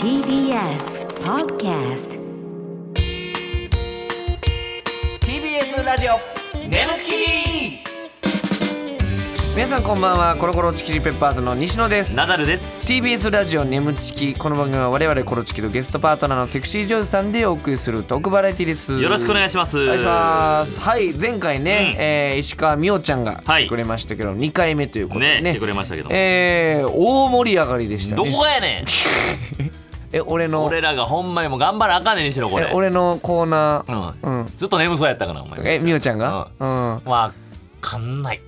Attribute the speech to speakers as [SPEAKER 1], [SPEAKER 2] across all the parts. [SPEAKER 1] TBS Podcast
[SPEAKER 2] TBS ラジオ
[SPEAKER 3] ムチ
[SPEAKER 2] 皆さんこんばんはコロコロチキチキペッパーズの西野です
[SPEAKER 3] ナダルです。
[SPEAKER 2] TBS ラジオネムチキこの番組は我々コロチキとゲストパートナーのセクシージョーズさんでお送りするトークバラエティです
[SPEAKER 3] よろしくお願い
[SPEAKER 2] し
[SPEAKER 3] します。
[SPEAKER 2] お願いしますはい前回ね、
[SPEAKER 3] うん
[SPEAKER 2] えー石川美桜ちゃんが
[SPEAKER 3] はい
[SPEAKER 2] 来てくれましたけど、二2回目ということでね
[SPEAKER 3] ね、来てくれましたけど。
[SPEAKER 2] えー大盛り上がりでした
[SPEAKER 3] ど
[SPEAKER 2] ね
[SPEAKER 3] こやねん。
[SPEAKER 2] え俺の
[SPEAKER 3] 俺らがほんまにもう頑張らあかんねんにしろこれ。
[SPEAKER 2] え俺のコーナー、
[SPEAKER 3] うん。ずっと眠そうやったからお前。
[SPEAKER 2] え美桜ちゃんがうん、
[SPEAKER 3] わかんない。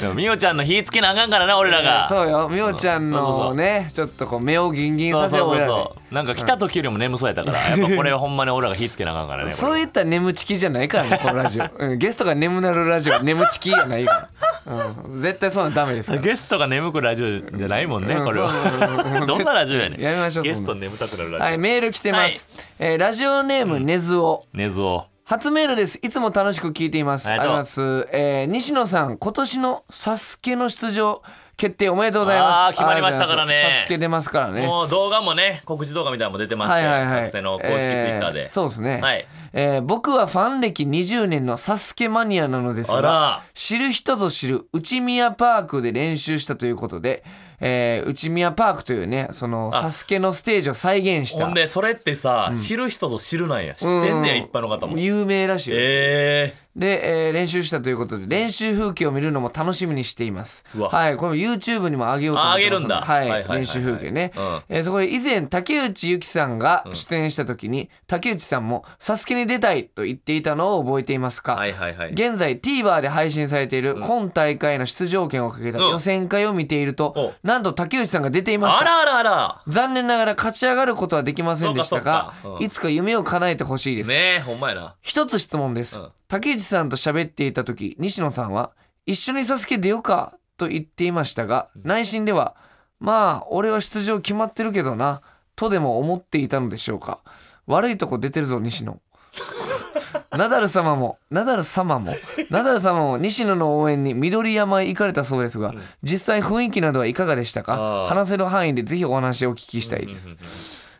[SPEAKER 3] でもみおちゃんの火つけなあかんからな俺らが。
[SPEAKER 2] そうよ美桜ちゃん
[SPEAKER 3] そうそう
[SPEAKER 2] の
[SPEAKER 3] そう
[SPEAKER 2] ねちょっとこう目をギンギン
[SPEAKER 3] そ
[SPEAKER 2] さ
[SPEAKER 3] う
[SPEAKER 2] せよう
[SPEAKER 3] そうそう
[SPEAKER 2] 俺らで
[SPEAKER 3] そう。なんか来た時よりも眠そうやったから、やっぱこれはほんまに俺らが火つけなあかんからね。こ
[SPEAKER 2] そ
[SPEAKER 3] れ
[SPEAKER 2] れ言ったら眠ちきじゃないからねこのラ ジオ、うん、ゲストが眠なるラジオは眠ちきじゃないから、うん、絶対そんなんダメですから
[SPEAKER 3] ゲストが眠くラジオじゃないもんね、
[SPEAKER 2] うん
[SPEAKER 3] これ
[SPEAKER 2] そうそ
[SPEAKER 3] は。
[SPEAKER 2] う
[SPEAKER 3] どんなラジオやねん。
[SPEAKER 2] やめましょう
[SPEAKER 3] ゲ
[SPEAKER 2] そ
[SPEAKER 3] ス
[SPEAKER 2] んな
[SPEAKER 3] ト眠たくなる
[SPEAKER 2] は
[SPEAKER 3] ラ
[SPEAKER 2] い
[SPEAKER 3] ジ
[SPEAKER 2] メール来てます、えーラジオネームねずお
[SPEAKER 3] オ。寝ぞ
[SPEAKER 2] 初メールですいつも楽しく聞いています
[SPEAKER 3] ありがとう
[SPEAKER 2] ございます、えー西野さん今年のサスケの出場決定おめでとうござい
[SPEAKER 3] あ
[SPEAKER 2] ま
[SPEAKER 3] ー
[SPEAKER 2] す
[SPEAKER 3] 決まりましたか
[SPEAKER 2] ありが
[SPEAKER 3] らね
[SPEAKER 2] とうございますサスケ出ますからね
[SPEAKER 3] もう動画もね、告知動画みたいなのも出てまして、
[SPEAKER 2] はいはいはい。
[SPEAKER 3] 作成の公式ツイッターで。
[SPEAKER 2] えそうですね。
[SPEAKER 3] はい
[SPEAKER 2] えー僕はファン歴20年のサスケマニアなのです
[SPEAKER 3] あ
[SPEAKER 2] が
[SPEAKER 3] ら、
[SPEAKER 2] 知る人ぞ知る内宮パークで練習したということで、えー内宮パークというね、その
[SPEAKER 3] あ
[SPEAKER 2] サスケのステージを再現し
[SPEAKER 3] ほ
[SPEAKER 2] た
[SPEAKER 3] ん。で、それってさ、知る人ぞ知るなんや。知ってんねや、
[SPEAKER 2] うん
[SPEAKER 3] 一般の方も。
[SPEAKER 2] 有名らしいよ。
[SPEAKER 3] え
[SPEAKER 2] で、えー練習したということで、練習風景を見るのも楽しみにしています。
[SPEAKER 3] うわ
[SPEAKER 2] はい、これも YouTube にも上げようと思ってます
[SPEAKER 3] あ上げるんだ
[SPEAKER 2] は、
[SPEAKER 3] はいいはいはいはい
[SPEAKER 2] 練習風景ね。
[SPEAKER 3] うん
[SPEAKER 2] えーそこで以前、竹内ゆきさんが出演した時に、竹内さんも、サスケに出たいと言っていたのを覚えていますか、
[SPEAKER 3] ー、はいはいはい。
[SPEAKER 2] 現在 TVer で配信されている今大会の出場権をかけた
[SPEAKER 3] うん
[SPEAKER 2] 予選会を見ていると、なんと竹内さんが出ていまし
[SPEAKER 3] あ
[SPEAKER 2] た
[SPEAKER 3] らあらあら。
[SPEAKER 2] 残念ながら勝ち上がることはできませんでしたが
[SPEAKER 3] そうかそうかうん
[SPEAKER 2] いつか夢を叶えてほしいです、
[SPEAKER 3] ねえ、ほんまやな。
[SPEAKER 2] 一つ質問です、
[SPEAKER 3] うん
[SPEAKER 2] 竹内さんと喋っていた時西野さんは「一緒にサスケ出ようか」と言っていましたが内心では「まあ俺は出場決まってるけどな」とでも思っていたのでしょうか悪いとこ出てるぞ西野ナダル様もナダル様もナダル様も西野の応援に緑山へ行かれたそうですが、実際雰囲気などはいかがでした
[SPEAKER 3] あ
[SPEAKER 2] か
[SPEAKER 3] ー
[SPEAKER 2] 話せる範囲でぜひお話をお聞きしたいです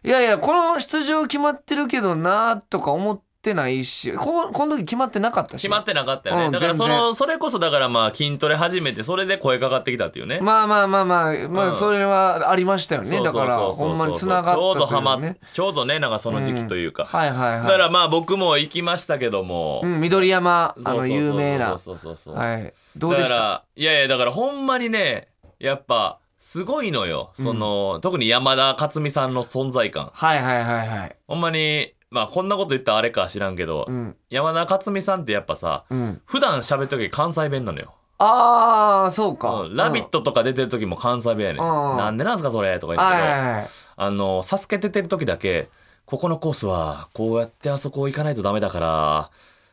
[SPEAKER 3] うんうんう
[SPEAKER 2] い
[SPEAKER 3] ん
[SPEAKER 2] やいやこの出場決まってるけどなとか思ってないしここの時決まってなかったし
[SPEAKER 3] 決まってなかったよね。
[SPEAKER 2] うん
[SPEAKER 3] だから、そ
[SPEAKER 2] 全
[SPEAKER 3] の、それこそ、だからまあ、筋トレ始めて、それで声かかってきたっていうね。
[SPEAKER 2] まあまあまあまあまあ
[SPEAKER 3] うん
[SPEAKER 2] それはありましたよ
[SPEAKER 3] そうそ
[SPEAKER 2] ね
[SPEAKER 3] う
[SPEAKER 2] だから
[SPEAKER 3] そうそう
[SPEAKER 2] ほんまにつながった
[SPEAKER 3] ちょうど
[SPEAKER 2] とい
[SPEAKER 3] は
[SPEAKER 2] うか
[SPEAKER 3] ま
[SPEAKER 2] ね
[SPEAKER 3] ちょうどね、なんかその時期というか。
[SPEAKER 2] はいはい
[SPEAKER 3] だか
[SPEAKER 2] は
[SPEAKER 3] らまあ、僕も行きましたけども
[SPEAKER 2] い、う。ん、緑山あ
[SPEAKER 3] そうそう
[SPEAKER 2] の
[SPEAKER 3] そう
[SPEAKER 2] 有名な
[SPEAKER 3] そうそうそうそう。
[SPEAKER 2] はいどうでし
[SPEAKER 3] だか
[SPEAKER 2] た
[SPEAKER 3] らいやいやだからほんまにねやっぱすごいのよその、特に山田勝美さんの存在感
[SPEAKER 2] はいはいはいはい
[SPEAKER 3] ほんまにまあこんなこと言ったらあれか知らんけど、
[SPEAKER 2] うん
[SPEAKER 3] 山田勝美さんってやっぱさ、
[SPEAKER 2] うん
[SPEAKER 3] 普段喋っとき関西弁なのよ
[SPEAKER 2] ああそう
[SPEAKER 3] 「
[SPEAKER 2] か
[SPEAKER 3] うんラビット!」とか出てる時も関西弁やねん、
[SPEAKER 2] うん
[SPEAKER 3] なんでなんすかそれとか
[SPEAKER 2] うん
[SPEAKER 3] 言う
[SPEAKER 2] は
[SPEAKER 3] け
[SPEAKER 2] い
[SPEAKER 3] ど、
[SPEAKER 2] はいはい
[SPEAKER 3] あの「サスケ出てる時だけここのコースはこうやってあそこ行かないとダメだから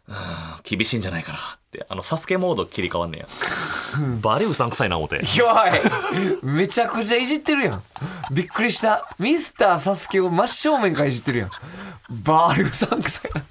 [SPEAKER 3] うん厳しいんじゃないかなってあの「サスケモード切り替わん ねやバリうさんくさいな思って
[SPEAKER 2] 弱いめちゃくちゃいじってるやんびっくりしたミスターサスケを真正面からいじってるやんバールさんくさいな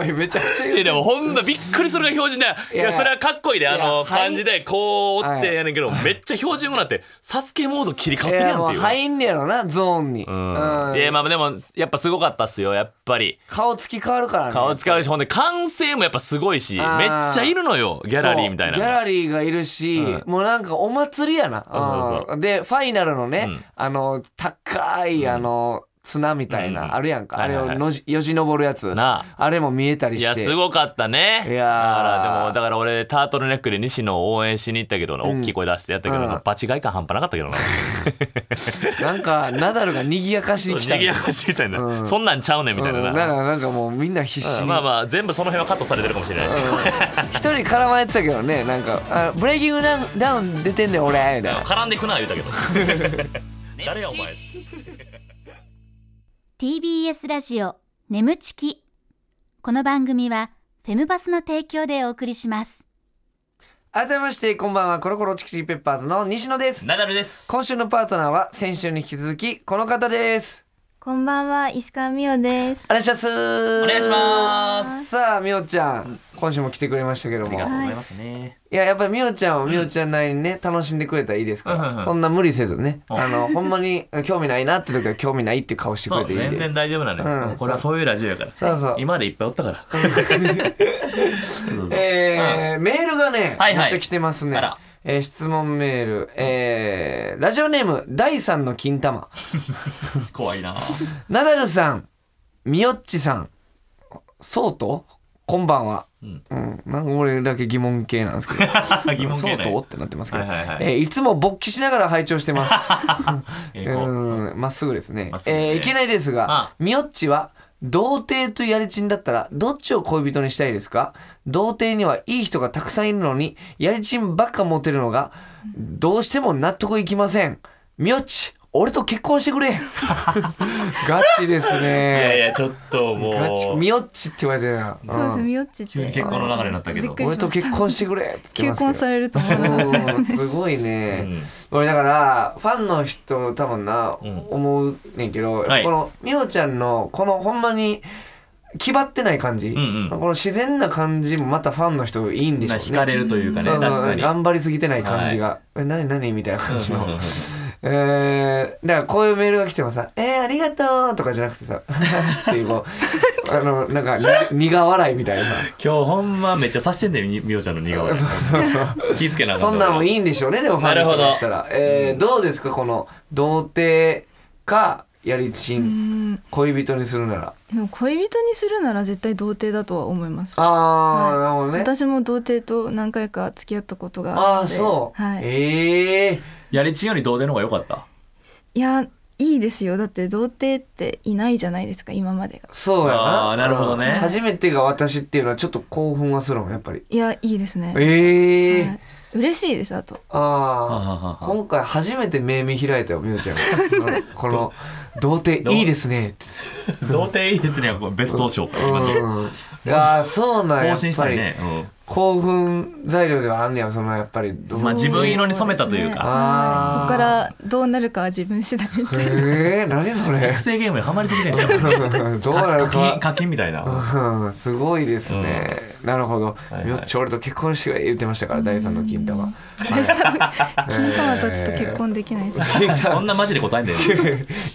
[SPEAKER 2] おいめちゃくちゃ言
[SPEAKER 3] いや
[SPEAKER 2] う
[SPEAKER 3] でもほんまびっくりするが標準だよ。い
[SPEAKER 2] いや
[SPEAKER 3] やそれはかっこいいであ
[SPEAKER 2] いやは
[SPEAKER 3] の
[SPEAKER 2] い
[SPEAKER 3] 感じでこうおってやねんけどめっちゃ標準語なってサスケモード切り替わってるやんっ
[SPEAKER 2] もう
[SPEAKER 3] ていう。
[SPEAKER 2] 入んねやろなゾーンに、
[SPEAKER 3] うんいやまあでもやっぱすごかったっすよやっぱり
[SPEAKER 2] 顔つき変わるからね
[SPEAKER 3] 顔使うしほんで歓声もやっぱすごいしめっ
[SPEAKER 2] あー
[SPEAKER 3] ちゃいるのよギャラリーみたいな
[SPEAKER 2] そうギャ
[SPEAKER 3] のが
[SPEAKER 2] ラリーがいるし、もうなんかお祭りやな、
[SPEAKER 3] そうそう
[SPEAKER 2] うんでファイナルのね、
[SPEAKER 3] うん
[SPEAKER 2] あの高いあの綱みたいな、
[SPEAKER 3] うん
[SPEAKER 2] あるやんか、
[SPEAKER 3] はいはいはい
[SPEAKER 2] あれをのじよじ登るやつ
[SPEAKER 3] なあ
[SPEAKER 2] れも見えたり
[SPEAKER 3] い
[SPEAKER 2] し
[SPEAKER 3] や
[SPEAKER 2] て
[SPEAKER 3] すごかったね
[SPEAKER 2] いやー
[SPEAKER 3] だからでもだから俺タートルネックで西野を応援しに行ったけどな大きい声出してやったけど
[SPEAKER 2] うん
[SPEAKER 3] なんか場違い感半端なかったけ どな
[SPEAKER 2] なんかナダルが賑やかしに来た
[SPEAKER 3] 賑やかしみたい
[SPEAKER 2] うん
[SPEAKER 3] なそんなんちゃうねんみたいな
[SPEAKER 2] うん
[SPEAKER 3] な
[SPEAKER 2] だからなんかもうみんな必死
[SPEAKER 3] う
[SPEAKER 2] に、
[SPEAKER 3] んまあまあ全部その辺はカットされてるかもしれないですけど
[SPEAKER 2] 一人絡まれてたけどねなんかあ「ブレイキングダウンダウン出てんねん俺」みたいな
[SPEAKER 3] 絡んでくな言う たけど誰やお前っつって
[SPEAKER 4] TBS ラジオ眠ちきこの番組はフェムバスの提供でお送りします
[SPEAKER 2] 改めましてこんばんはコロコロチキチキペッパーズの西野です
[SPEAKER 3] ナダルです
[SPEAKER 2] 今週のパートナーは先週に引き続きこの方です
[SPEAKER 5] こんばんは、石川美代です。
[SPEAKER 2] お願いしますお
[SPEAKER 6] お願いします
[SPEAKER 2] さあみおちゃん今週も来てくれましたけど
[SPEAKER 6] あり
[SPEAKER 2] も
[SPEAKER 6] がとう
[SPEAKER 2] い
[SPEAKER 6] ございますね。
[SPEAKER 2] ややっぱりみおちゃんはみおちゃんなりにね楽しんでくれたらいいですか
[SPEAKER 6] うんうんう
[SPEAKER 2] ら
[SPEAKER 6] ん
[SPEAKER 2] そんな無理せずねあのほんまに興味ないなって時は興味ないって顔してく
[SPEAKER 3] そ
[SPEAKER 2] れ
[SPEAKER 3] う
[SPEAKER 2] ていいん
[SPEAKER 3] 全
[SPEAKER 2] で
[SPEAKER 3] 然大丈夫なの
[SPEAKER 2] うん
[SPEAKER 3] よ、もうこれはそういうラジオやから
[SPEAKER 2] そうそう
[SPEAKER 3] 今までいっぱいおったから
[SPEAKER 2] えーメールがね、
[SPEAKER 6] はいはい
[SPEAKER 2] めっちゃ来てますね
[SPEAKER 6] あら。
[SPEAKER 2] えー質問メール、えーラジオネーム第三の金玉
[SPEAKER 3] 怖いな
[SPEAKER 2] ナダルさんみよっちさんそうとこんばんは、う
[SPEAKER 3] うんん
[SPEAKER 2] なんか俺だけ疑問系なんですけど
[SPEAKER 3] 疑問
[SPEAKER 2] そ
[SPEAKER 3] 系
[SPEAKER 2] う
[SPEAKER 3] な
[SPEAKER 2] と
[SPEAKER 3] い
[SPEAKER 2] ってなってますけど、
[SPEAKER 3] はいはいはい
[SPEAKER 2] えーいつも勃起しながら拝聴してます
[SPEAKER 3] 英語
[SPEAKER 2] うんまっすぐですね
[SPEAKER 3] まっすぐね
[SPEAKER 2] えーいけないですが
[SPEAKER 3] あ
[SPEAKER 2] みよっちは童貞とやりちんだったらどっちを恋人にしたいですか童貞にはいい人がたくさんいるのにやりちんばっかモテるのがどうしても納得いきませんみよっち俺と結婚してくれ ガチです
[SPEAKER 3] いやい
[SPEAKER 2] ね
[SPEAKER 3] やちょっともう
[SPEAKER 2] ガチみよっちって言われてるな
[SPEAKER 5] そうです、
[SPEAKER 2] うん
[SPEAKER 5] みよっちって。
[SPEAKER 3] 急に結婚の流れになったけど
[SPEAKER 5] びっくり
[SPEAKER 2] 俺
[SPEAKER 5] し
[SPEAKER 2] と
[SPEAKER 5] ました
[SPEAKER 2] 結婚してくれって言
[SPEAKER 5] 求
[SPEAKER 2] ってま
[SPEAKER 5] 婚
[SPEAKER 2] すけ
[SPEAKER 5] さ
[SPEAKER 2] ど
[SPEAKER 5] れると思わなかった。
[SPEAKER 2] うんすごいね、
[SPEAKER 3] うん
[SPEAKER 2] 俺だからファンの人多分な、
[SPEAKER 3] うん
[SPEAKER 2] 思うねんけど、
[SPEAKER 3] はい
[SPEAKER 2] このみおちゃんのこのほんまに気張ってない感じ、
[SPEAKER 3] んうん
[SPEAKER 2] この自然な感じもまたファンの人いいんでしょうね
[SPEAKER 3] 惹かれるというかね
[SPEAKER 2] そうそう
[SPEAKER 3] 確かに
[SPEAKER 2] 頑張りすぎてない感じが「え何何?」みたいな感じの
[SPEAKER 3] うんうんうん
[SPEAKER 2] えーだからこういうメールが来てもさ「えー、ありがとう」とかじゃなくてさ っていうこうあのなんかに苦笑いみたいな
[SPEAKER 3] 今日ほんまめっちゃさしてんねみみおちゃんの似顔絵
[SPEAKER 2] そうそう
[SPEAKER 3] 気ぃつけなあか
[SPEAKER 2] そんなんもい
[SPEAKER 3] い
[SPEAKER 2] いんでしょうね、でもファンの人からしたら。えーどうですか、この、童貞か、やりち、
[SPEAKER 5] うんん
[SPEAKER 2] 恋人にするなら。
[SPEAKER 5] でも恋人にするなら絶対童貞だとは思います。
[SPEAKER 2] あー、なるほどね。
[SPEAKER 5] 私も童貞と何回か付き合ったことが
[SPEAKER 2] あ
[SPEAKER 5] る
[SPEAKER 2] ー、
[SPEAKER 5] ので
[SPEAKER 2] そう。
[SPEAKER 5] はい。
[SPEAKER 2] えー、
[SPEAKER 3] やりちんより童貞の方が良かった
[SPEAKER 5] いやいいですよ。だって童貞っていないじゃないですか今までが。
[SPEAKER 2] そうやな。
[SPEAKER 3] あーなるほどね
[SPEAKER 2] うん初めてが私っていうのはちょっと興奮はするもん、やっぱり。
[SPEAKER 5] いやいいですね。
[SPEAKER 2] え
[SPEAKER 5] は
[SPEAKER 2] ー
[SPEAKER 5] い、嬉しいですあと。
[SPEAKER 2] あー。
[SPEAKER 3] あ
[SPEAKER 2] 今回初めて目見開いたよ、み おちゃん。うんこの、童貞いいですねって。
[SPEAKER 3] 童貞いいですねベスト賞
[SPEAKER 2] う
[SPEAKER 3] 更
[SPEAKER 2] ん。あー、そうなんや。やっ
[SPEAKER 3] 新し
[SPEAKER 2] ぱ
[SPEAKER 3] たい
[SPEAKER 2] り
[SPEAKER 3] ねうん
[SPEAKER 2] 興奮材料ではあんねや、そのやっぱり。
[SPEAKER 3] まあ自分色に染めたという
[SPEAKER 5] そ
[SPEAKER 3] か
[SPEAKER 5] こ
[SPEAKER 2] あ
[SPEAKER 5] こ
[SPEAKER 2] あ。
[SPEAKER 5] からどうなるかは自分次第。
[SPEAKER 2] へえ、何それ
[SPEAKER 3] 学。生ゲームにハマりすぎてんじゃん
[SPEAKER 2] どうなる
[SPEAKER 3] 課金
[SPEAKER 2] か。
[SPEAKER 3] 課金みたいな
[SPEAKER 2] うん、すごいですね。なるほど
[SPEAKER 3] いは。い
[SPEAKER 2] よっち俺と結婚してくれ言ってましたから、第三の金玉。は
[SPEAKER 5] 大佐の金玉とちょっと結婚できないです。
[SPEAKER 3] そんなマジで答えんだよ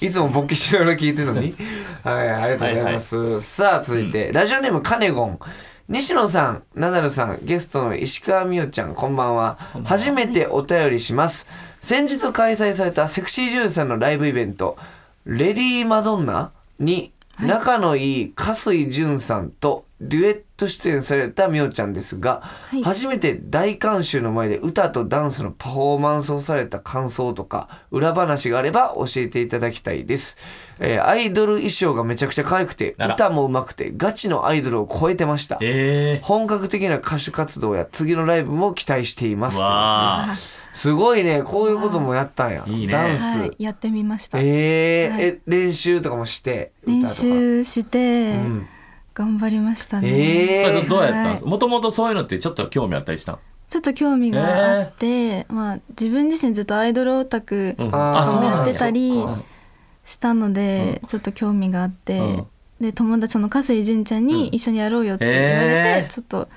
[SPEAKER 2] いいつも勃起しながら聞いてるのに。はい、ありがとうございます。さあ、続いて、ラジオネームカネゴン。西野さん、ナダルさん、ゲストの石川美代ちゃん、こんばんは。初めてお便りします。先日開催されたセクシー女優さんのライブイベント、レディー・マドンナに仲のいい粕井淳さんとデュエット出演されたみおちゃんですが、
[SPEAKER 5] い
[SPEAKER 2] 初めて大観衆の前で歌とダンスのパフォーマンスをされた感想とか裏話があれば教えていただきたいです、えーアイドル衣装がめちゃくちゃ可愛くて
[SPEAKER 3] あら
[SPEAKER 2] 歌も上手くてガチのアイドルを超えてました
[SPEAKER 3] え
[SPEAKER 2] 本格的な歌手活動や次のライブも期待していま
[SPEAKER 3] え
[SPEAKER 2] す
[SPEAKER 3] わあ
[SPEAKER 2] すごいねこういうこともやったんや
[SPEAKER 3] いいね
[SPEAKER 2] ダンス、
[SPEAKER 5] はい、やってみました。
[SPEAKER 2] えー
[SPEAKER 5] はい
[SPEAKER 2] え練習とかもして歌とか
[SPEAKER 5] 練習して
[SPEAKER 2] うん
[SPEAKER 5] 頑張りましたね。
[SPEAKER 2] え
[SPEAKER 3] それどどうやったん
[SPEAKER 5] は
[SPEAKER 3] で
[SPEAKER 5] い
[SPEAKER 3] すもともとそういうのってちょっと興味あったりしたん
[SPEAKER 5] ちょっと興味があって、まあ自分自身ずっとアイドルオタク
[SPEAKER 3] うん
[SPEAKER 2] あー
[SPEAKER 3] あそうな
[SPEAKER 5] もや
[SPEAKER 3] ん
[SPEAKER 5] っ
[SPEAKER 3] だ
[SPEAKER 5] てたり
[SPEAKER 2] そっか
[SPEAKER 5] したので、ちょっと興味があって、
[SPEAKER 3] うん
[SPEAKER 5] で友達の加瀬純ちゃんに一緒にやろうよって言われて、
[SPEAKER 3] へー
[SPEAKER 5] ちょっと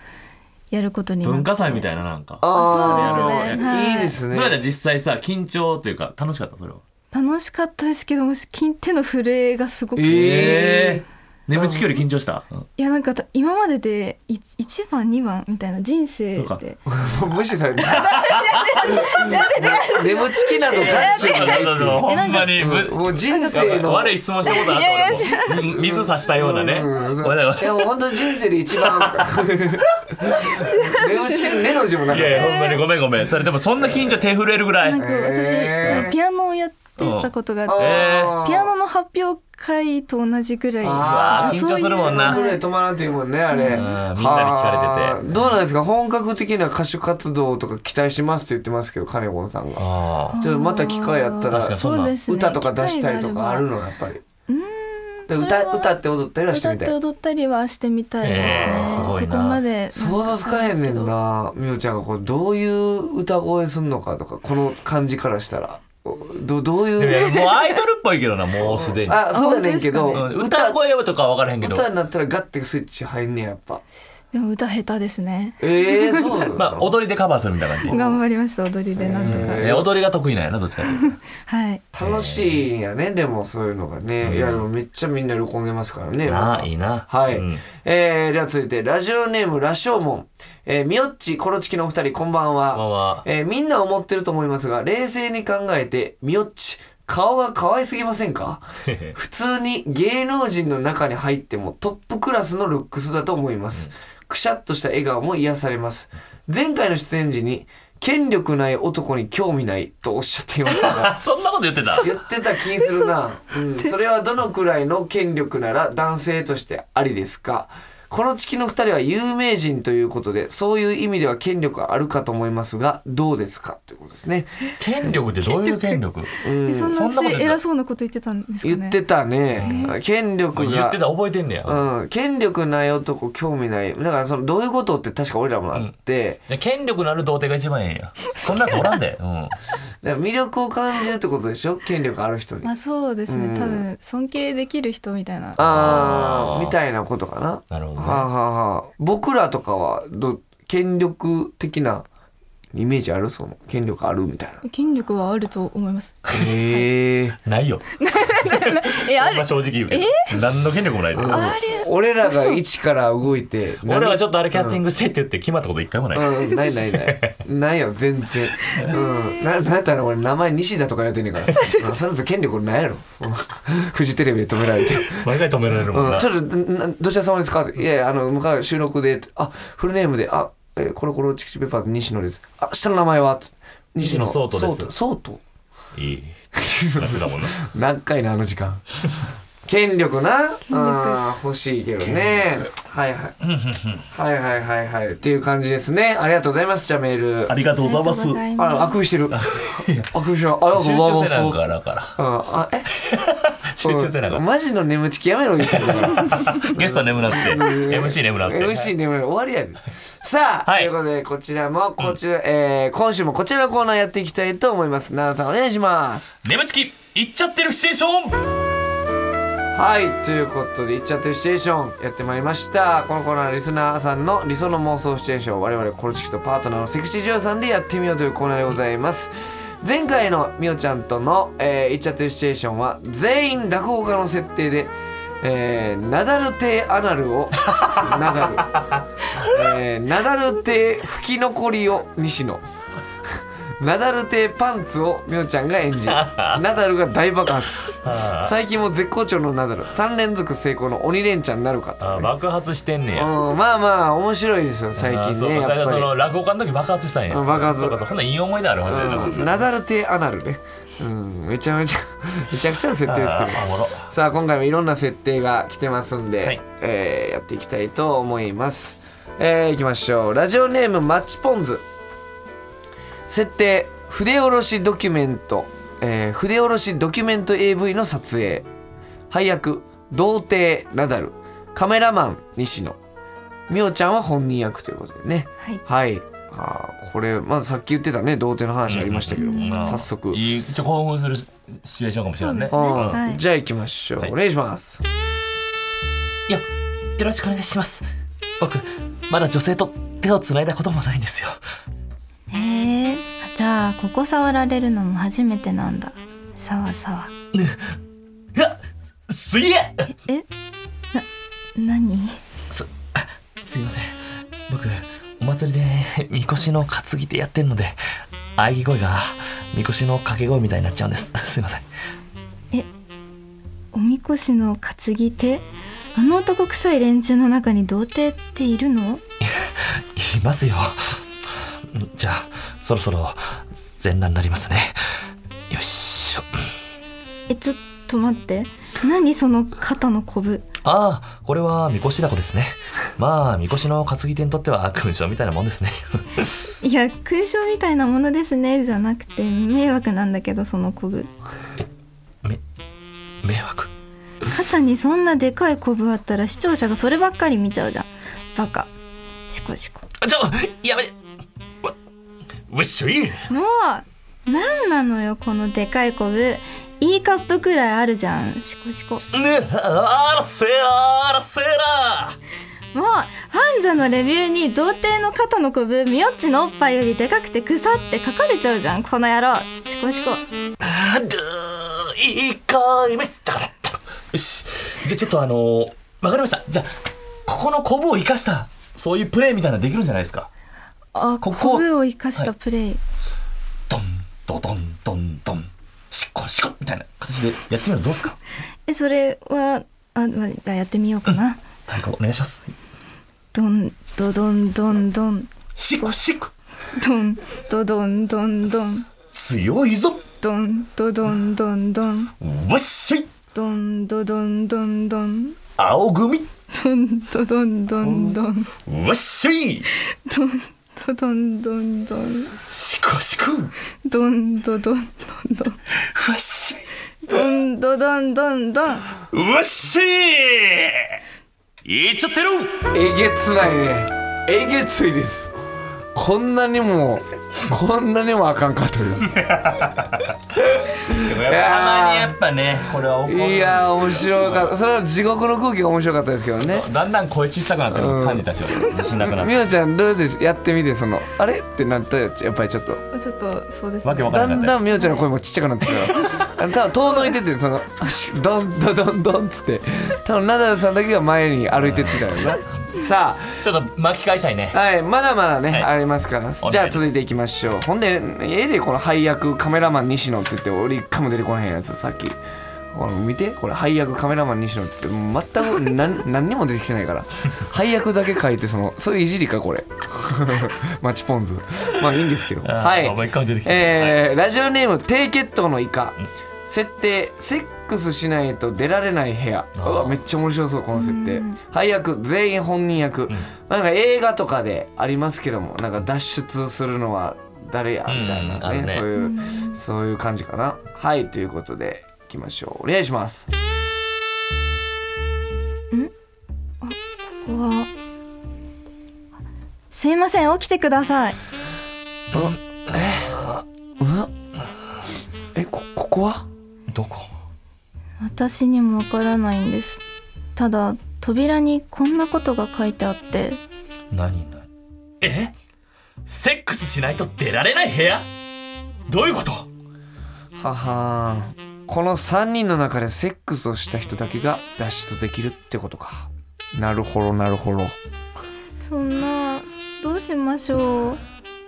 [SPEAKER 5] やることになって
[SPEAKER 3] 文化祭みたいななんか
[SPEAKER 2] あ
[SPEAKER 5] そう
[SPEAKER 2] ー
[SPEAKER 5] ですねはい
[SPEAKER 2] いいです
[SPEAKER 3] ど
[SPEAKER 2] ね
[SPEAKER 3] うやった実際さ緊張というか楽しかったそれは
[SPEAKER 5] 楽しかったですけどもし金手の震えがすごく、
[SPEAKER 2] え
[SPEAKER 3] 眠ちきより緊張したうん
[SPEAKER 5] いやなんかた今まででい一番二番みたいな人生
[SPEAKER 3] そうか
[SPEAKER 5] で
[SPEAKER 2] ー、 無視され てる寝落ちきなどガチじゃないっていう
[SPEAKER 3] ほんまにむ
[SPEAKER 2] もう人生の
[SPEAKER 3] 悪い質問したことあった俺もうん水さしたようなね
[SPEAKER 2] うん
[SPEAKER 3] 俺はい
[SPEAKER 2] やもう本当に人生で一 番寝落ちき根の字もなかっ
[SPEAKER 3] い
[SPEAKER 2] た
[SPEAKER 3] やいやほんまにごめんごめんそれでもそんな緊張手震えるぐら
[SPEAKER 5] なん
[SPEAKER 3] い
[SPEAKER 5] か私、
[SPEAKER 2] えー
[SPEAKER 5] そのピアノをやってたことがあって、
[SPEAKER 2] あー
[SPEAKER 5] ピアノの発表会と同じぐらい
[SPEAKER 2] あ
[SPEAKER 3] ー緊張するもんな
[SPEAKER 5] そう
[SPEAKER 2] 震
[SPEAKER 5] い
[SPEAKER 2] え
[SPEAKER 5] う
[SPEAKER 2] 止まらんっていうもんねあれみん
[SPEAKER 3] なに聞かれてて
[SPEAKER 2] どうなんですか本格的な歌手活動とか期待しますって言ってますけどカネゴンさんが
[SPEAKER 3] ああ
[SPEAKER 2] ちょっとまた機会あったら
[SPEAKER 3] 確かにそん
[SPEAKER 5] そう
[SPEAKER 3] な
[SPEAKER 5] ですね
[SPEAKER 2] 歌とか出したりとかある
[SPEAKER 5] 機
[SPEAKER 2] のやっぱりで
[SPEAKER 5] 会があれ
[SPEAKER 2] 歌
[SPEAKER 5] ばう
[SPEAKER 2] 歌
[SPEAKER 5] ん
[SPEAKER 2] って踊ったりはし
[SPEAKER 5] そ
[SPEAKER 2] て
[SPEAKER 5] れ
[SPEAKER 2] みた
[SPEAKER 5] は歌
[SPEAKER 2] い
[SPEAKER 5] って踊ったりはしてみたいですね、
[SPEAKER 3] えーすごいな
[SPEAKER 5] そこまで
[SPEAKER 2] 想像つかへんねんなみおちゃんがこうどういう歌声すんのかとかこの感じからしたらどどういう
[SPEAKER 3] もうアイドルっぽいけどな、もうすでに。
[SPEAKER 2] あそうやねんけど、
[SPEAKER 3] うん歌声とかは分からへんけど。
[SPEAKER 2] 歌になったらガッてスイッチ入んねややっぱ
[SPEAKER 5] でも歌下手ですね
[SPEAKER 2] ええそうなの、
[SPEAKER 3] まあ、踊りでカバーするみたいな感じ。
[SPEAKER 5] 頑張りました踊りでなんとか
[SPEAKER 3] え踊りが得意なんやな、どっちかっていうと。
[SPEAKER 5] はい
[SPEAKER 2] 楽しいんやねでもそういうのがね、いやでもめっちゃみんな喜んでますからねま
[SPEAKER 3] なあ、
[SPEAKER 2] た
[SPEAKER 3] いいな。
[SPEAKER 2] はい、
[SPEAKER 3] うん
[SPEAKER 2] えー、では続いてラジオネーム羅生門えー、みよっちコロチキのお二人こんばんは
[SPEAKER 3] こんばんは
[SPEAKER 2] えーみんな思ってると思いますが冷静に考えてみよっち顔が可愛すぎませんか普通に芸能人の中に入ってもトップクラスのルックスだと思います、くしゃっとした笑顔も癒されます前回の出演時に権力ない男に興味ないとおっしゃっていましたが
[SPEAKER 3] あ、そんなこと言ってた。
[SPEAKER 2] 言ってた気するな、うん、それはどのくらいの権力なら男性としてありですかこのチキの2人は有名人ということでそういう意味では権力はあるかと思いますがどうですかということですね、
[SPEAKER 3] 権力ってどういう権力
[SPEAKER 2] うん
[SPEAKER 5] えそん
[SPEAKER 3] そ
[SPEAKER 5] なん
[SPEAKER 3] なこと言
[SPEAKER 5] 私
[SPEAKER 3] ってた
[SPEAKER 5] 偉そうなこと言ってたんですかね
[SPEAKER 2] 言ってたね、権
[SPEAKER 3] もう
[SPEAKER 2] 力
[SPEAKER 3] 言
[SPEAKER 2] が
[SPEAKER 3] ってた、覚えてんねや。
[SPEAKER 2] うん、権力ない男興味ないだからそのどういうことって確か俺らもあって、
[SPEAKER 3] で権力のある童貞が一番ええんや。そんなやつおらんで。うん。
[SPEAKER 2] だから魅力を感じるってことでしょ権力ある人に、
[SPEAKER 5] まあそうですね、
[SPEAKER 2] うん
[SPEAKER 5] 多分尊敬できる人みたい
[SPEAKER 2] あ
[SPEAKER 5] な
[SPEAKER 3] あ
[SPEAKER 2] あ
[SPEAKER 3] ー
[SPEAKER 2] みたいなことかな
[SPEAKER 3] なるほどね
[SPEAKER 2] はあはあはあ僕らとかはど権力的なイメージあるその権力あるみたいな
[SPEAKER 5] 権力はあると思います
[SPEAKER 2] へえ
[SPEAKER 3] ないよ。
[SPEAKER 5] えあ
[SPEAKER 3] ほん
[SPEAKER 5] る
[SPEAKER 3] ま正直言うけど。何の権力もないで。
[SPEAKER 2] 俺らが一から動いて
[SPEAKER 3] 俺らがち
[SPEAKER 2] ょっ
[SPEAKER 3] ょっとあれキャスティングしてって言って決まったこと一回もない。
[SPEAKER 2] うん、ないないないないよ全然うんななんやったら俺名前西田とかやってんねんからうんそれだと権力ないやろそのフジテレビで止められて
[SPEAKER 3] 毎回止められるもん
[SPEAKER 2] う、
[SPEAKER 3] なん
[SPEAKER 2] ち。ょっとなどちら様ですか?」って「いやいやあの向かう収録で」あフルネームで「あえーコロコロチキチキペッパーズ西野です」あ「下の名前は?」西野
[SPEAKER 3] 西野颯人です
[SPEAKER 2] そうそうと
[SPEAKER 3] いい。楽だもんな。
[SPEAKER 2] 何回なあの時 間権力な
[SPEAKER 5] 力
[SPEAKER 2] あー欲しいけどねはいはいはいはいはいはいっていう感じですねありがとうございますじゃあメール
[SPEAKER 3] ありがとうございます。
[SPEAKER 5] ありがとうござい
[SPEAKER 2] あ
[SPEAKER 5] ま
[SPEAKER 2] あくび してるあくびしてるありがとうござ
[SPEAKER 3] 集
[SPEAKER 2] い
[SPEAKER 3] 中
[SPEAKER 2] ま
[SPEAKER 3] せ
[SPEAKER 2] す
[SPEAKER 3] なあかんだから。
[SPEAKER 2] うんあえ
[SPEAKER 3] 集中せなあかん。
[SPEAKER 2] マジの眠ちきやめろ言 ってるから
[SPEAKER 3] ゲスト眠なって、MC 眠なって。
[SPEAKER 2] MC 眠る終わりや ねさあ、
[SPEAKER 3] は
[SPEAKER 2] と
[SPEAKER 3] い
[SPEAKER 2] いうことでこちらもこちら、えー今週もこちらのコーナーやっていきたいと思います奈良さんお願いします
[SPEAKER 3] 眠ちき、行っちゃってるシチュエーション
[SPEAKER 2] はいということで「いっちゃってるシチュエーション」やってまいりましたこのコーナーはリスナーさんの理想の妄想シチュエーションを我々コロチキとパートナーのセクシー女優さんでやってみようというコーナーでございます前回のみおちゃんとの「えー、いっちゃってるシチュエーション」は全員落語家の設定でえー、ナダル亭アナルをナダルえーナダル亭吹き残りを西野ナダル亭パンツをみおちゃんが演 じナダルが大爆発最近も絶好調のナダル3連続成功の鬼レンチャンなるかと
[SPEAKER 3] あ爆発してんねや。
[SPEAKER 2] うんまあまあ面白いですよ最
[SPEAKER 3] あ
[SPEAKER 2] 近
[SPEAKER 3] そう
[SPEAKER 2] ね
[SPEAKER 3] か最
[SPEAKER 2] やっぱ
[SPEAKER 3] 初そ
[SPEAKER 2] り
[SPEAKER 3] の落語家の時爆発したんや。
[SPEAKER 2] うん爆発
[SPEAKER 3] そうかそうかほんないい思い出あるほんで
[SPEAKER 2] うんナダル亭アナルね、うん、めちゃめちゃめちゃくちゃな設定ですけど
[SPEAKER 3] あーおもろ
[SPEAKER 2] さあ今回もいろんな設定が来てますんで、
[SPEAKER 3] はい
[SPEAKER 2] えーやっていきたいと思いますえー、いきましょうラジオネームマッチポンズ設定筆下ろしドキュメント、えー筆下ろしドキュメント AV の撮影配役童貞ナダルカメラマン西野美桜ちゃんは本人役ということでね
[SPEAKER 5] はい
[SPEAKER 2] はいあーこれまずさっき言ってたね童貞の話ありましたけど、
[SPEAKER 3] うん
[SPEAKER 2] 早速、
[SPEAKER 3] いい、ちょ興奮するシチュエーションかもしれないね。
[SPEAKER 5] そうですね
[SPEAKER 2] あー
[SPEAKER 5] はい
[SPEAKER 2] じゃあ行きましょう、
[SPEAKER 3] はい
[SPEAKER 2] お願いします
[SPEAKER 3] いや、よろしくお願いします。僕、まだ女性と手をつないだこともないんですよ。
[SPEAKER 5] へえー、じゃあここ触られるのも初めてなんださわさわ
[SPEAKER 3] いや、すげえ
[SPEAKER 5] え何
[SPEAKER 3] す、すいません。僕、お祭りで、 みこしの担ぎ手やってるので、喘ぎ声が、みこしの掛け声みたいになっちゃうんです。 すいません。
[SPEAKER 5] おみこしの担ぎ手あの男臭い連中の中に童貞っているの
[SPEAKER 3] いますよ。じゃあ、そろそろ、全裸になりますね。よいしょ。
[SPEAKER 5] えちょっと待って何その肩のこぶ
[SPEAKER 3] ああ、これは、みこしだこですね。まあ、みこしの担ぎ手にとっては、勲章みたいなもんですね。
[SPEAKER 5] いや勲章みたいなものですねじゃなくて迷惑なんだけどそのこぶ
[SPEAKER 3] め、迷惑。
[SPEAKER 5] 肩にそんなでかいこぶあったら視聴者がそればっかり見ちゃうじゃんバカシコシコ
[SPEAKER 3] あちょ、やめ、わ、わっしょい。
[SPEAKER 5] もうなんなのよこのでかいコブ E カップくらいあるじゃんシコシコも
[SPEAKER 3] ねあらせらあらせら
[SPEAKER 5] うファンザのレビューに童貞の肩のコブミヨッチのおっぱいよりでかくて草って書かれちゃうじゃんこの野郎シコシコ
[SPEAKER 3] あー一回目だからったよしじゃあちょっとあのーわかりましたじゃあここのコブを生かしたそういうプレーみたいなのできるんじゃないですか
[SPEAKER 5] あ
[SPEAKER 3] ここ
[SPEAKER 5] コブを生かしたプレイ、
[SPEAKER 3] ドンドドンドンドンシコシコみたいな形でやってみるのどうですか
[SPEAKER 5] えそれはあ、まあ、じゃあやってみようかな、
[SPEAKER 3] 太鼓お願いします
[SPEAKER 5] どんどどんどんどん
[SPEAKER 3] シコシコ
[SPEAKER 5] どんどどんどんどん
[SPEAKER 3] 強いぞ
[SPEAKER 5] どんどどんどんどん
[SPEAKER 3] わっしょい
[SPEAKER 5] どんどどんどんどん
[SPEAKER 3] 青組
[SPEAKER 5] どんどどんどんどん
[SPEAKER 3] わっしょい
[SPEAKER 5] どどんどんどん
[SPEAKER 3] シコシコ
[SPEAKER 5] どんどどん
[SPEAKER 3] わっし
[SPEAKER 5] どんどんどんどんどん
[SPEAKER 3] ょいわっしょいいっちゃってる
[SPEAKER 2] えげつないねえげついですこんなにもこんなにもあかんかという
[SPEAKER 3] た
[SPEAKER 2] ぱ
[SPEAKER 3] まにやっぱねこれは怒
[SPEAKER 2] いやー面白かったそれは地獄の空気が面白かったですけどね
[SPEAKER 3] だんだん声小さくなって
[SPEAKER 2] うん
[SPEAKER 3] 感じたし自信なくなっ
[SPEAKER 2] み
[SPEAKER 3] て
[SPEAKER 2] おちゃんどうでしやってみてそのあれってなったらやっぱりちょっと
[SPEAKER 5] ちょっとそうですね
[SPEAKER 3] わけわか
[SPEAKER 2] だ
[SPEAKER 3] んない
[SPEAKER 2] んだんみおちゃんの声もちっちゃくなってきたあの多分遠のいててその「どんどんどんどん」っつって多分ナダルさんだけが前に歩いてってたよなさ
[SPEAKER 3] ちょっと巻き返したいね
[SPEAKER 2] あはいまだまだね、
[SPEAKER 3] はい
[SPEAKER 2] ありますからじゃあ続いていきましょうほんでえでこの配役カメラマン西野って言って俺一回も出てこないやつさっきあの見てこれ配役カメラマン西野って言って全く何 何にも出てきてないから配役だけ書いてそのそういういじりかこれ マチポンズまあいいんですけど
[SPEAKER 3] あー
[SPEAKER 2] はい
[SPEAKER 3] もう一回出てきた
[SPEAKER 2] えーラジオネーム低血糖のイカ設定セックスしないと出られない部屋う
[SPEAKER 3] あー
[SPEAKER 2] わめっちゃ面白そうこの設定配役全員本人役、なんか映画とかでありますけどもなんか脱出するのは誰やみたいな
[SPEAKER 3] うんあ
[SPEAKER 2] ね,、
[SPEAKER 3] るね
[SPEAKER 2] そういう、そういう感じかなはいということでいきましょうお願いします
[SPEAKER 5] ここはすいません起きてください
[SPEAKER 2] えこここは
[SPEAKER 3] どこ
[SPEAKER 5] 私にもわからないんですただ扉にこんなことが書いてあって
[SPEAKER 3] 何何えセックスしないと出られない部屋どういうこと
[SPEAKER 2] ははーんこの3人の中でセックスをした人だけが脱出できるってことかなるほどなるほど
[SPEAKER 5] そんなどうしましょう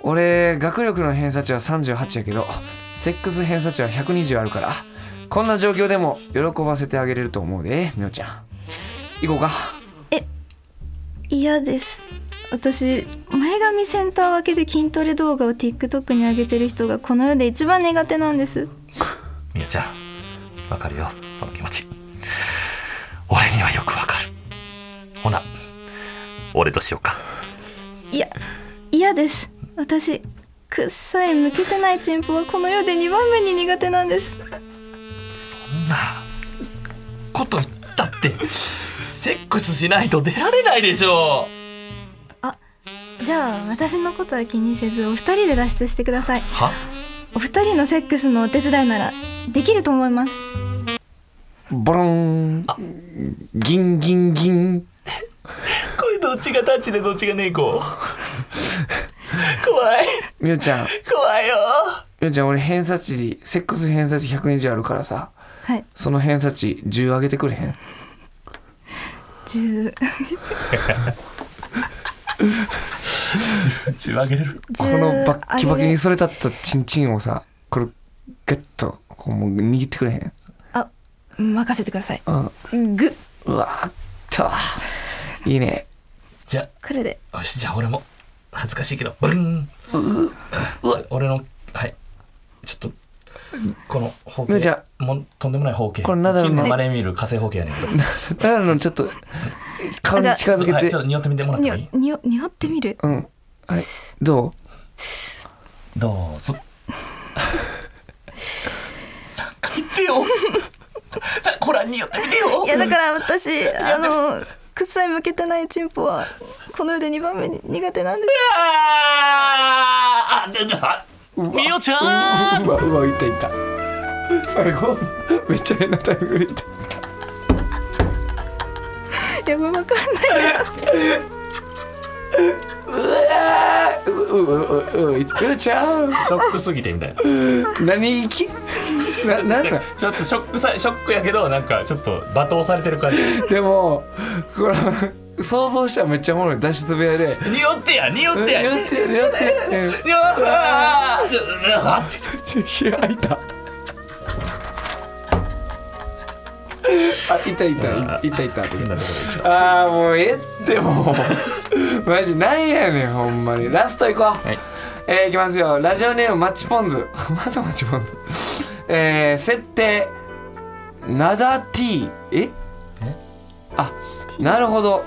[SPEAKER 2] 俺学力の偏差値は38やけどセックス偏差値は120あるからこんな状況でも喜ばせてあげれると思うでみおちゃん行こうか
[SPEAKER 5] 嫌です私前髪センター分けで筋トレ動画を TikTok に上げてる人がこの世で一番苦手なんです
[SPEAKER 3] みやちゃんわかるよその気持ち俺にはよくわかるほな俺としようか
[SPEAKER 5] いや嫌です私くっさい向けてないチンポはこの世で2番目に苦手なんです
[SPEAKER 3] なあこと言ったってセックスしないと出られないでしょ
[SPEAKER 5] じゃあ私のことは気にせずお二人で脱出してください
[SPEAKER 3] は
[SPEAKER 5] お二人のセックスのお手伝いならできると思います
[SPEAKER 2] ボロンギンギンギン
[SPEAKER 3] これどっちがタッチでどっちが猫怖い
[SPEAKER 2] みおちゃん
[SPEAKER 3] 怖いよ
[SPEAKER 2] みおちゃん俺偏差値セックス偏差値120あるからさ
[SPEAKER 5] はい
[SPEAKER 2] その偏差値10上げてくれへん
[SPEAKER 5] 10
[SPEAKER 3] 中上げれる
[SPEAKER 2] このバッキバキに
[SPEAKER 5] 10
[SPEAKER 2] それ立ったチンチンをさこれガッとこうもう握ってくれへん
[SPEAKER 5] あ任せてください
[SPEAKER 2] うん
[SPEAKER 5] グッ
[SPEAKER 2] うわーっといいね
[SPEAKER 3] じゃ
[SPEAKER 5] これで
[SPEAKER 3] あよしじゃあ俺も恥ずかしいけどブルン俺のはいちょっとこの方
[SPEAKER 2] みおちゃ
[SPEAKER 3] 形もうとんでもない方形
[SPEAKER 2] これナダルの
[SPEAKER 3] 近年まれ見る火星方形やねんけど
[SPEAKER 2] だからのちょっと顔に近づけ
[SPEAKER 3] はい、
[SPEAKER 2] て
[SPEAKER 3] ちょっ、と匂ってみてもらって
[SPEAKER 5] に
[SPEAKER 3] も
[SPEAKER 5] お
[SPEAKER 3] いい
[SPEAKER 5] におにおってみる
[SPEAKER 2] うんはいど
[SPEAKER 3] ど うぞなんか 言ってよほら匂ってみてよ
[SPEAKER 5] いやだから私あのくっさい向けてないチンポはこの世で2番目に苦手なんです
[SPEAKER 3] あーあでであみおちゃん
[SPEAKER 2] うわうわいったいった最後めっちゃ変なタイミングでいった
[SPEAKER 5] いや、わかんない。
[SPEAKER 2] ううううういつくちゃん
[SPEAKER 3] ショックすぎてみたいな
[SPEAKER 2] 何行きななんなん
[SPEAKER 3] ちょっとショックさショックやけどなんかちょっと罵倒されてる感じ
[SPEAKER 2] でもこれ想像したらめっちゃおもろい脱出部屋で
[SPEAKER 3] 「にってや
[SPEAKER 2] 「
[SPEAKER 3] にっ
[SPEAKER 2] うん
[SPEAKER 3] てや」
[SPEAKER 2] やってやってうん
[SPEAKER 3] におってやうわって
[SPEAKER 2] 開いた。あ、いたいた、いいたいた。
[SPEAKER 3] 変なところで
[SPEAKER 2] ああ、もうええっても う。マジなんやねん、ほんまに。ラスト行こう。
[SPEAKER 3] はい
[SPEAKER 2] えー、いきますよ。ラジオネームマッチポンズ。 まだマッチポンズ。えー、設定。ナダ T。え。えあ、なるほど。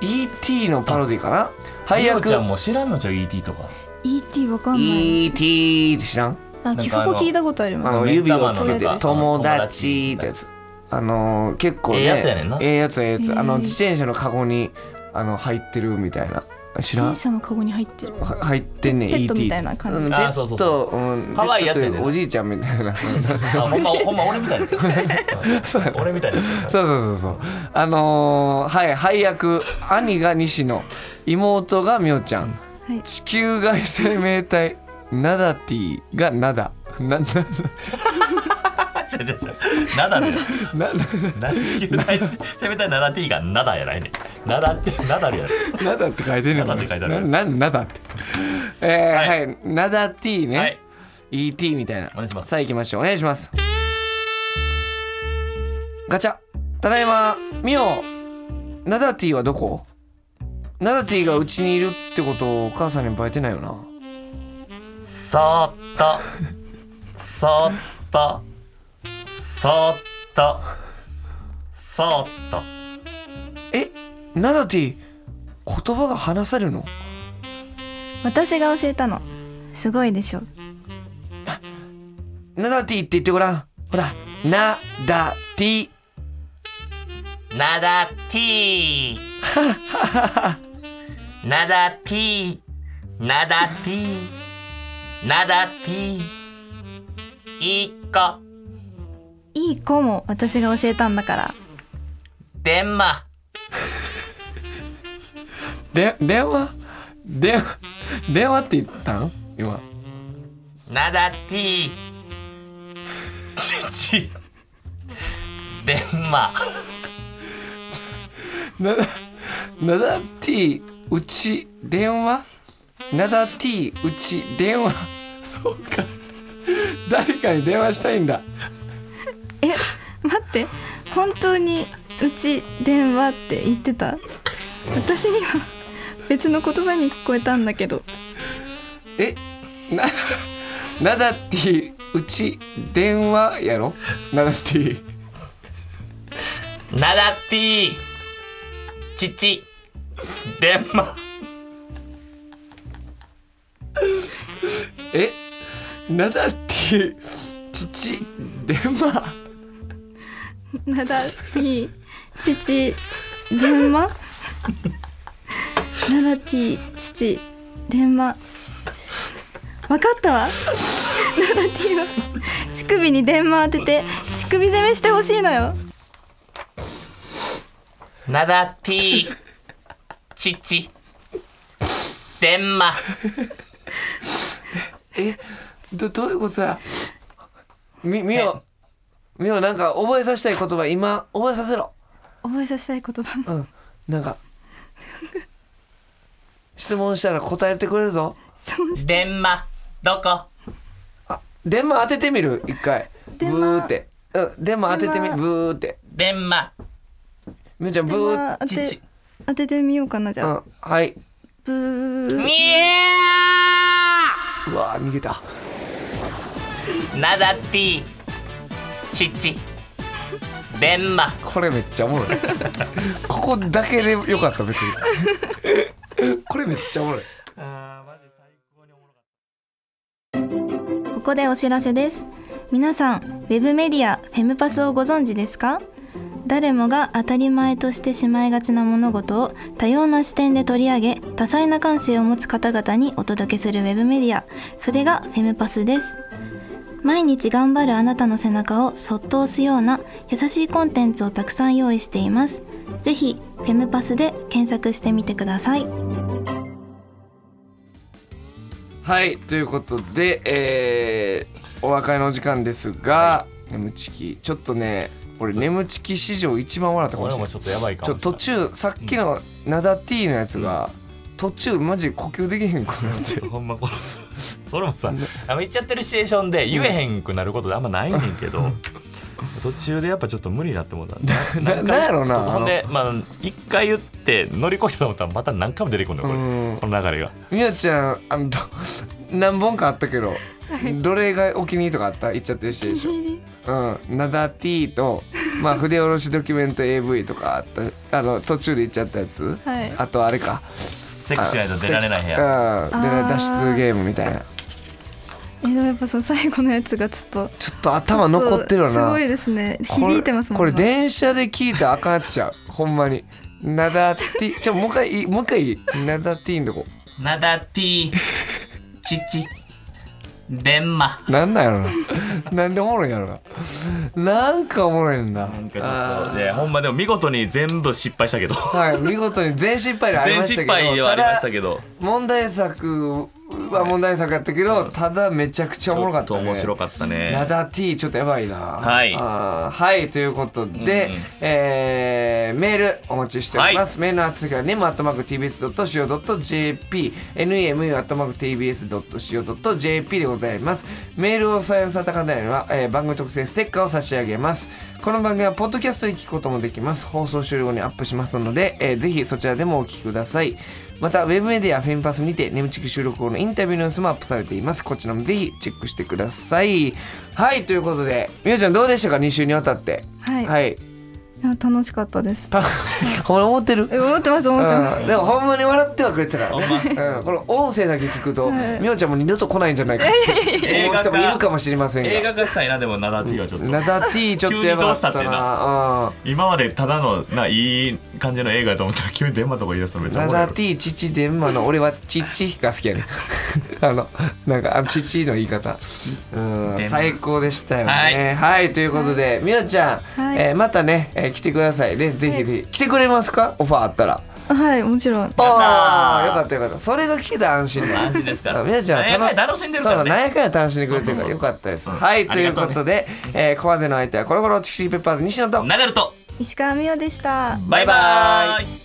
[SPEAKER 2] E.T. のパロディかな。配
[SPEAKER 3] みお
[SPEAKER 2] 役
[SPEAKER 3] ちゃ。んも知らんのちゃう ET とか
[SPEAKER 5] E.T. わかんない。
[SPEAKER 2] E.T. って知らん。
[SPEAKER 5] あ、
[SPEAKER 3] なん
[SPEAKER 5] そ
[SPEAKER 3] かあ
[SPEAKER 5] こ
[SPEAKER 3] の
[SPEAKER 5] 聞いたことあり
[SPEAKER 2] あ
[SPEAKER 5] ま
[SPEAKER 2] の指をつけて
[SPEAKER 5] 友
[SPEAKER 2] 「
[SPEAKER 5] 達
[SPEAKER 2] 友達」ってやつあのー結構ね
[SPEAKER 3] ええやつやねんな
[SPEAKER 2] ええやつええや
[SPEAKER 5] へ
[SPEAKER 2] つ
[SPEAKER 5] え
[SPEAKER 2] あの自転車のカゴにあの入ってるみたいな知
[SPEAKER 5] す。
[SPEAKER 2] らん
[SPEAKER 5] 電車のカゴに入ってる。
[SPEAKER 2] は入ってんねん
[SPEAKER 5] ペッ
[SPEAKER 2] ET
[SPEAKER 5] トみたいな感じ
[SPEAKER 2] うんペ
[SPEAKER 3] あーそうそ
[SPEAKER 2] ッ
[SPEAKER 3] うそ
[SPEAKER 2] トうんペ
[SPEAKER 3] 可愛い
[SPEAKER 2] ッ
[SPEAKER 3] や
[SPEAKER 2] ト
[SPEAKER 3] つやね
[SPEAKER 2] と
[SPEAKER 3] んな
[SPEAKER 2] いうおじいちゃんみたい なそう
[SPEAKER 3] あほんまほんま俺みたいなうん俺みたいな
[SPEAKER 2] そうそうそうあのーはい配役兄が西野妹がみおちゃん
[SPEAKER 5] はい
[SPEAKER 2] 地球外生命体ナダティがナダなな
[SPEAKER 3] ちゃちゃちゃ7だよ
[SPEAKER 2] なな
[SPEAKER 3] 地球大せめて 7T が7やないね7って7るやろ
[SPEAKER 2] ナダって書いてるよ。
[SPEAKER 3] ナダって書いてある
[SPEAKER 2] ななナダって。え
[SPEAKER 3] は
[SPEAKER 2] ー、はい、ナダ T ね。
[SPEAKER 3] はい
[SPEAKER 2] ET みたいな。
[SPEAKER 3] お願いします
[SPEAKER 2] さあ行きましょう。お願いします。ガチャ。ただいま、ミオ。ナダ T はどこナダ T がうちにいるってことをお母さんにバレてないよな。
[SPEAKER 3] そーっとそーっとそーっとそーっと
[SPEAKER 2] え、ナダ T、言葉が話せるの
[SPEAKER 5] 私が教えたの。すごいでしょ。
[SPEAKER 2] ナダ T って言ってごらん。ほら、ナダ T。
[SPEAKER 3] ナダティーナダティーナダティーナダティーいい子
[SPEAKER 5] いい子も私が教えたんだから。
[SPEAKER 3] 電話
[SPEAKER 2] で、電話電話、電話って言ったん今。
[SPEAKER 3] ナダティー父電話
[SPEAKER 2] なだ、なだ T うち電話なだ T うち電話そうか誰かに電話したいんだ
[SPEAKER 5] え、待って。本当にうち電話って言ってた。私には別の言葉に聞こえたんだけど。
[SPEAKER 2] えななだ T うち電話やろなだ T
[SPEAKER 3] ナダティー父電話
[SPEAKER 2] えなだ T 父電話
[SPEAKER 5] なだティ父電話なだティ父電話わかったわなだティは乳首に電話当てて乳首攻めしてほしいのよ
[SPEAKER 3] ナダティー父電話
[SPEAKER 2] えどどういうことだみみよみよなんか覚えさせたい言葉今覚えさせろ
[SPEAKER 5] 覚えさせたい言葉
[SPEAKER 2] うん、なんか質問したら答えてくれるぞ
[SPEAKER 5] そうし
[SPEAKER 3] 電話どこ
[SPEAKER 2] あ電話当ててみる一回ブ
[SPEAKER 5] 電話
[SPEAKER 2] ーって、うん、電話当ててみ
[SPEAKER 5] 電話
[SPEAKER 2] ブーって
[SPEAKER 3] 電話
[SPEAKER 2] みゆちゃんブ
[SPEAKER 5] 電
[SPEAKER 2] ー
[SPEAKER 5] 話
[SPEAKER 2] っ
[SPEAKER 5] 当
[SPEAKER 3] 父
[SPEAKER 5] て当ててみようかなじ
[SPEAKER 2] う
[SPEAKER 5] ゃあ、
[SPEAKER 2] ん、はい
[SPEAKER 5] ブー
[SPEAKER 3] みや
[SPEAKER 2] うわー逃げた
[SPEAKER 3] ーナダティー父電話
[SPEAKER 2] これめっちゃおもろいここだけでよかった別に これめっちゃおもろい
[SPEAKER 5] ここでお知らせです皆さんウェブメディアフェムパスをご存知ですか誰もが当たり前としてしまいがちな物事を多様な視点で取り上げ多彩な感性を持つ方々にお届けするウェブメディアそれがフェムパスです毎日頑張るあなたの背中をそっと押すような優しいコンテンツをたくさん用意していますぜひフェムパスで検索してみてください
[SPEAKER 2] はいということで、えーお別れのお時間ですが眠ちきちょっとね俺眠ちき史上一番笑ったかもし
[SPEAKER 3] 俺
[SPEAKER 2] れない
[SPEAKER 3] もちょっとやばいか
[SPEAKER 2] ちょ
[SPEAKER 3] も
[SPEAKER 2] っと途
[SPEAKER 3] し
[SPEAKER 2] 中さっきのナダティのやつが、途中マジ呼吸できへんく なっ
[SPEAKER 3] れ
[SPEAKER 2] て
[SPEAKER 3] ないほんま これ俺もさあの言っちゃってるシチュエーションで言えへんくなることってあんまないねんけど途中でやっぱちょっと無理だって思ったんで
[SPEAKER 2] ななんやろうな
[SPEAKER 3] ほ
[SPEAKER 2] あ
[SPEAKER 3] ん
[SPEAKER 2] の
[SPEAKER 3] でまあ一回言って乗り越えたと思ったらまた何回も出てくるのよこれ、
[SPEAKER 2] うん
[SPEAKER 3] この流れが
[SPEAKER 2] みやちゃんあのど何本かあったけど、どれがお気に入りとかあった言っちゃってるしでしょうん、ナダティ と、まあ、筆下ろしドキュメント AV とかあったあの途中で言っちゃったやつ、
[SPEAKER 5] はい
[SPEAKER 2] あとあれか
[SPEAKER 3] セックスしないと出られない部屋
[SPEAKER 2] うん、で
[SPEAKER 5] あー
[SPEAKER 2] 脱出ゲームみたいな
[SPEAKER 5] えでもやっぱその最後のやつがちょっと
[SPEAKER 2] ちょっと頭残ってるよ
[SPEAKER 5] す
[SPEAKER 2] な
[SPEAKER 5] ごいですね
[SPEAKER 2] これ
[SPEAKER 5] 響いてますもん
[SPEAKER 2] これ電車で聞いたらあかんやつちゃうほんまにナダティちょもう一回いいもう一回いいナダティのとこ
[SPEAKER 6] ナダティ父デンマ
[SPEAKER 2] なんなんやろななんでおもろいんやろななんかおもろいねんな
[SPEAKER 3] なんかちょっとねほんまでも見事に全部失敗したけど
[SPEAKER 2] はい見事に全失敗ではあり
[SPEAKER 3] 全
[SPEAKER 2] ました
[SPEAKER 3] 失
[SPEAKER 2] けど
[SPEAKER 3] 敗ではありました
[SPEAKER 2] ど
[SPEAKER 3] けど
[SPEAKER 2] 問題作は問題作やったけど、ただめちゃくち
[SPEAKER 3] ち
[SPEAKER 2] ゃおもろか
[SPEAKER 3] ょ
[SPEAKER 2] っ
[SPEAKER 3] ったと
[SPEAKER 2] ね
[SPEAKER 3] 面白かっ
[SPEAKER 2] ナ
[SPEAKER 3] たね
[SPEAKER 2] ダ T ちょっとやばいな
[SPEAKER 3] はい
[SPEAKER 2] あーはいということで、
[SPEAKER 3] うんうん
[SPEAKER 2] えーメールお待ちしております、メールの宛先は nemu.tbs.co.jp nemu.tbs.co.jp でございますメールを採用された方には、えー番組特製ステッカーを差し上げますこの番組はポッドキャストで聞くこともできます放送終了後にアップしますので、えーぜひそちらでもお聞きくださいまたウェブメディアフェンパスにて眠ちき収録後のインタビューの様子もアップされていますこちらもぜひチェックしてくださいはいということでみおちゃんどうでしたか2週にわたって
[SPEAKER 5] はい
[SPEAKER 2] はい
[SPEAKER 5] いや楽しかったです
[SPEAKER 2] たほんま思ってる
[SPEAKER 5] え思ってます思ってます
[SPEAKER 2] うんでもほんまに笑ってはくれてたからね、うん、この音声だけ聞くとみおちゃんも二度と来ないんじゃないかって思う人もいるかもしれません
[SPEAKER 3] 映
[SPEAKER 2] が
[SPEAKER 3] 画化したいなでもナダティはちょっと
[SPEAKER 2] ナダ T ちょっとやばかった
[SPEAKER 3] 急にどう
[SPEAKER 2] な
[SPEAKER 3] 今までただのないい感じの映画やと思ったら急に電話とか言い出したらめっ
[SPEAKER 2] うん
[SPEAKER 3] ちゃお
[SPEAKER 2] ナ
[SPEAKER 3] もろい
[SPEAKER 2] ダ T 父でまあの俺は父が好きやねんあのなんかあの父の言い方うん最高でしたよねは、
[SPEAKER 6] はい
[SPEAKER 2] ということでみおちゃん、
[SPEAKER 5] はい
[SPEAKER 2] えーまたね、えー来てくださいねぜひぜひ来てくれますかオファーあったら
[SPEAKER 5] はいもちろん
[SPEAKER 2] ああよかったよかったそれが聞けたら安心だ
[SPEAKER 3] 安心ですから
[SPEAKER 2] みやちゃん
[SPEAKER 3] 何やかんや楽しんでるからね
[SPEAKER 2] そうそう何やかんや楽しんでくれてるからよかったですはいということで、えーここまでの相手はコロコロチキシーペッパーズ西野と
[SPEAKER 6] ナダルと
[SPEAKER 5] 石川美代でした
[SPEAKER 6] バイバイ